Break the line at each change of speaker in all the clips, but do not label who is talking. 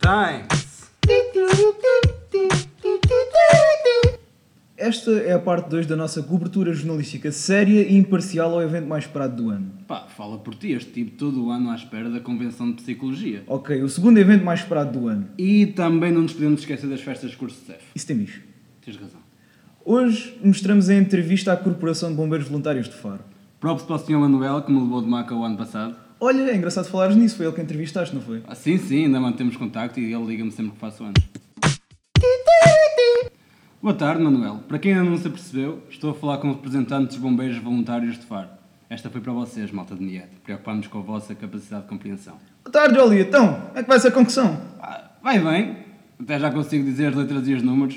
Times.
Esta é a parte 2 da nossa cobertura jornalística séria e imparcial ao evento mais esperado do ano.
Pá, fala por ti, este tipo todo o ano à espera da Convenção de Psicologia.
Ok, o segundo evento mais esperado do ano.
E também não nos podemos esquecer das festas de curso de CEF.
Isso tem bicho.
Tens razão.
Hoje mostramos a entrevista à Corporação de Bombeiros Voluntários de Faro.
Próprio para o Sr. Manuel, que me levou de maca o ano passado.
Olha, é engraçado falares nisso, foi ele que entrevistaste, não foi?
Ah, sim, sim, ainda mantemos contacto e ele liga-me sempre que faço anos. Boa tarde, Manuel. Para quem ainda não se apercebeu, estou a falar com o representante dos bombeiros voluntários de Faro. Esta foi para vocês, malta de Niete. Preocupámos com a vossa capacidade de compreensão.
Boa tarde, Oli, então, como é que vai ser a concussão?
Ah, Vai bem, até já consigo dizer as letras e os números.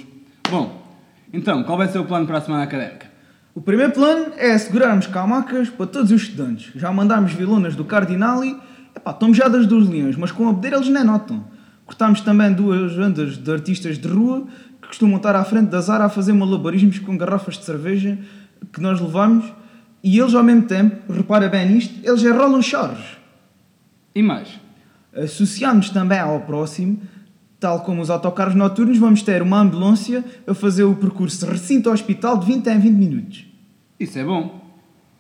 Bom, então, qual vai ser o plano para a semana académica?
O primeiro plano é assegurarmos camacas para todos os estudantes. Já mandámos vilonas do Cardinali, epá, estão mejadas dos leões, mas com a beber eles nem notam. Cortámos também duas bandas de artistas de rua que costumam estar à frente da Zara a fazer malabarismos com garrafas de cerveja que nós levamos e eles ao mesmo tempo, repara bem nisto, eles é enrolam chores.
E mais?
Associamos também ao próximo, tal como os autocarros noturnos, vamos ter uma ambulância a fazer o percurso recinto-hospital de 20 em 20 minutos.
Isso é bom.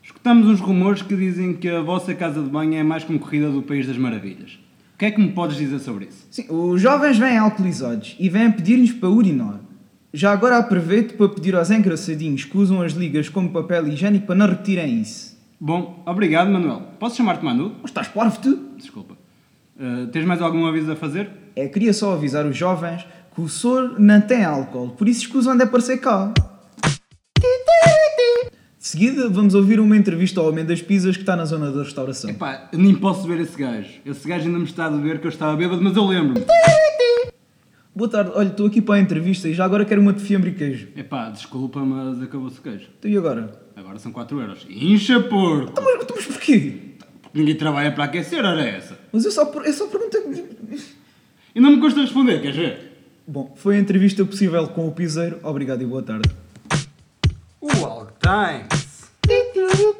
Escutamos uns rumores que dizem que a vossa casa de banho é a mais concorrida do País das Maravilhas. O que é que me podes dizer sobre isso?
Sim, os jovens vêm alcoolizados e vêm pedir-nos para urinar. Já agora aproveito para pedir aos engraçadinhos que usam as ligas como papel higiênico para não repetirem isso.
Bom, obrigado, Manuel. Posso chamar-te Manu?
Mas estás parvo tu?
Desculpa. Ah, tens mais algum aviso a fazer?
É, queria só avisar os jovens que o soro não tem álcool, por isso escusam de aparecer cá. De seguida, vamos ouvir uma entrevista ao Homem das Pizzas que está na zona da restauração.
Epá, eu nem posso ver esse gajo. Esse gajo ainda me está a beber que eu estava bêbado, mas eu lembro-me.
Boa tarde, olha, estou aqui para a entrevista e já agora quero uma de fiambre e queijo.
Epá, desculpa, mas acabou-se o queijo.
Então e agora?
Agora são 4 euros. Incha porco!
Então, mas, então, mas porquê?
Ninguém trabalha para aquecer, era essa.
Mas eu só, per- eu só perguntei...
E não me custa responder, queres ver?
Bom, foi a entrevista possível com o Piseiro. Obrigado e boa tarde.
Walk Times.